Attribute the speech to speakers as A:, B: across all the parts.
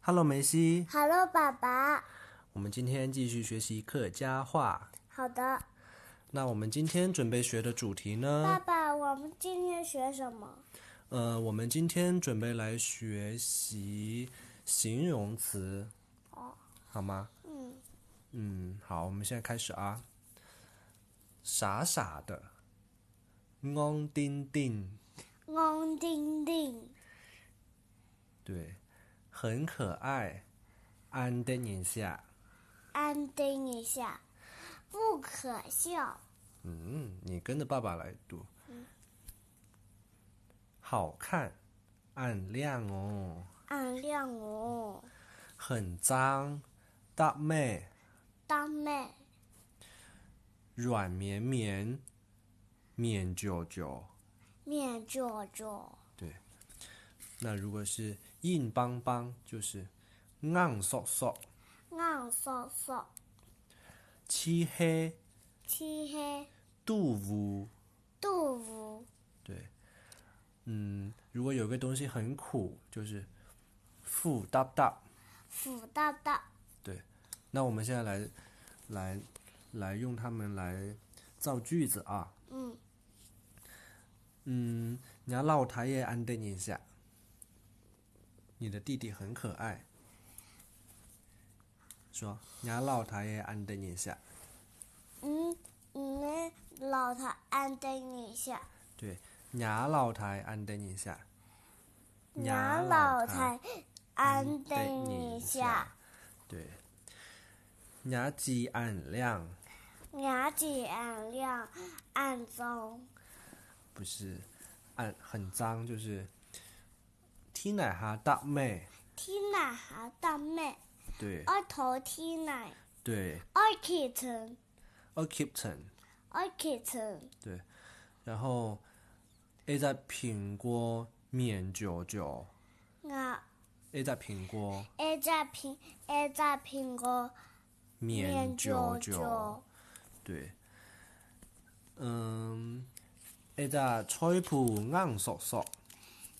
A: Hello，梅西，
B: Hello，爸爸。
A: 我们今天继续学习客家话。
B: 好的，
A: 那我们今天准备学的主题呢
B: 爸？爸，我们今天学什么？
A: 呃，我们今天准备来学习形容词，好吗？
B: 嗯，
A: 嗯，好，我们现在开始啊。傻傻的，安丁丁，
B: 安丁丁，
A: 对，很可爱，安的一下，
B: 安定一下，不可笑，
A: 嗯，你跟着爸爸来读。好看，暗亮哦。
B: 暗亮哦，
A: 很脏，大妹，
B: 当妹，
A: 软绵绵，面久久。
B: 面做做，
A: 对，那如果是硬邦邦，就是硬索索，
B: 暗飕飕，
A: 漆黑，
B: 漆黑，
A: 肚乌。
B: 杜甫，
A: 对，嗯，如果有个东西很苦，就是苦哒哒。
B: 腐大大，
A: 对，那我们现在来，来，来用它们来造句子啊。
B: 嗯，
A: 嗯，你要让我台也安定一下。你的弟弟很可爱。说，你要让我台也安定一下。
B: 嗯，你们老他安定一下，
A: 对，你要让我台安定一下。
B: 娘老太安定一下，。
A: 对，牙鸡安亮
B: 牙齿暗亮，暗中
A: 不是，安很脏就是。听奶哈大妹，
B: 天奶下大咩？
A: 对
B: 我头天奶，
A: 对
B: 我启程，
A: ，a kitten。
B: 我启程，
A: 对，然后 A 在苹果面九九
B: 我
A: ，A 在苹果
B: 一只苹一只苹果
A: 面
B: 面
A: 九
B: 久
A: 九
B: 久，，
A: 对，嗯，A 在菜谱硬索索，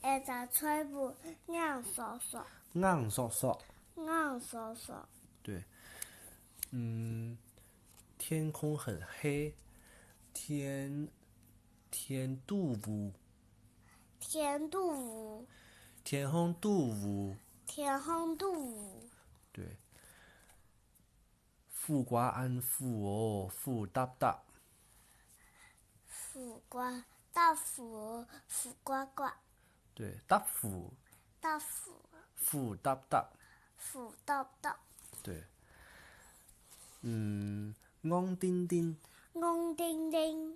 B: 一只吹布硬索索，
A: 硬索索，
B: 硬索索，
A: 对，嗯，天空很黑，天天度雾，
B: 天肚舞，
A: 天空度雾，
B: 天空肚舞，
A: 对。富瓜安富哦，富哒哒。
B: 苦瓜大苦苦瓜瓜
A: 对，搭辅
B: 大苦
A: 辅搭搭，
B: 苦到到，
A: 对，嗯，安丁丁
B: 安丁丁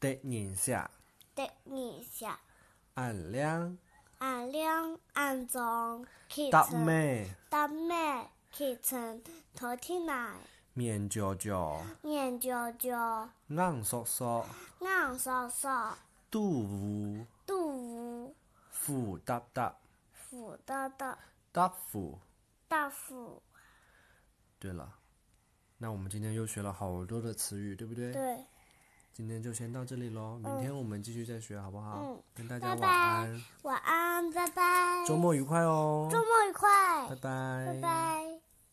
A: 的宁夏，
B: 的一下。
A: 俺俩
B: 俺俩暗中启
A: 搭
B: 程，
A: 妹
B: 搭妹启程，头天来，
A: 面焦焦，
B: 眼焦焦，
A: 硬索索，
B: 眼骚骚，
A: 肚乌
B: 肚无
A: 辅搭搭
B: 腐的的
A: 搭辅。
B: 大腐，
A: 对了，那我们今天又学了好多的词语，对不对？嗯
B: 对，
A: 今天就先到这里喽，明天我们继续再学，好不好？
B: 嗯
A: 跟大家
B: 拜
A: 晚安，
B: 拜，晚安，拜拜，
A: 周末愉快哦，
B: 周末愉快，
A: 拜拜，
B: 拜拜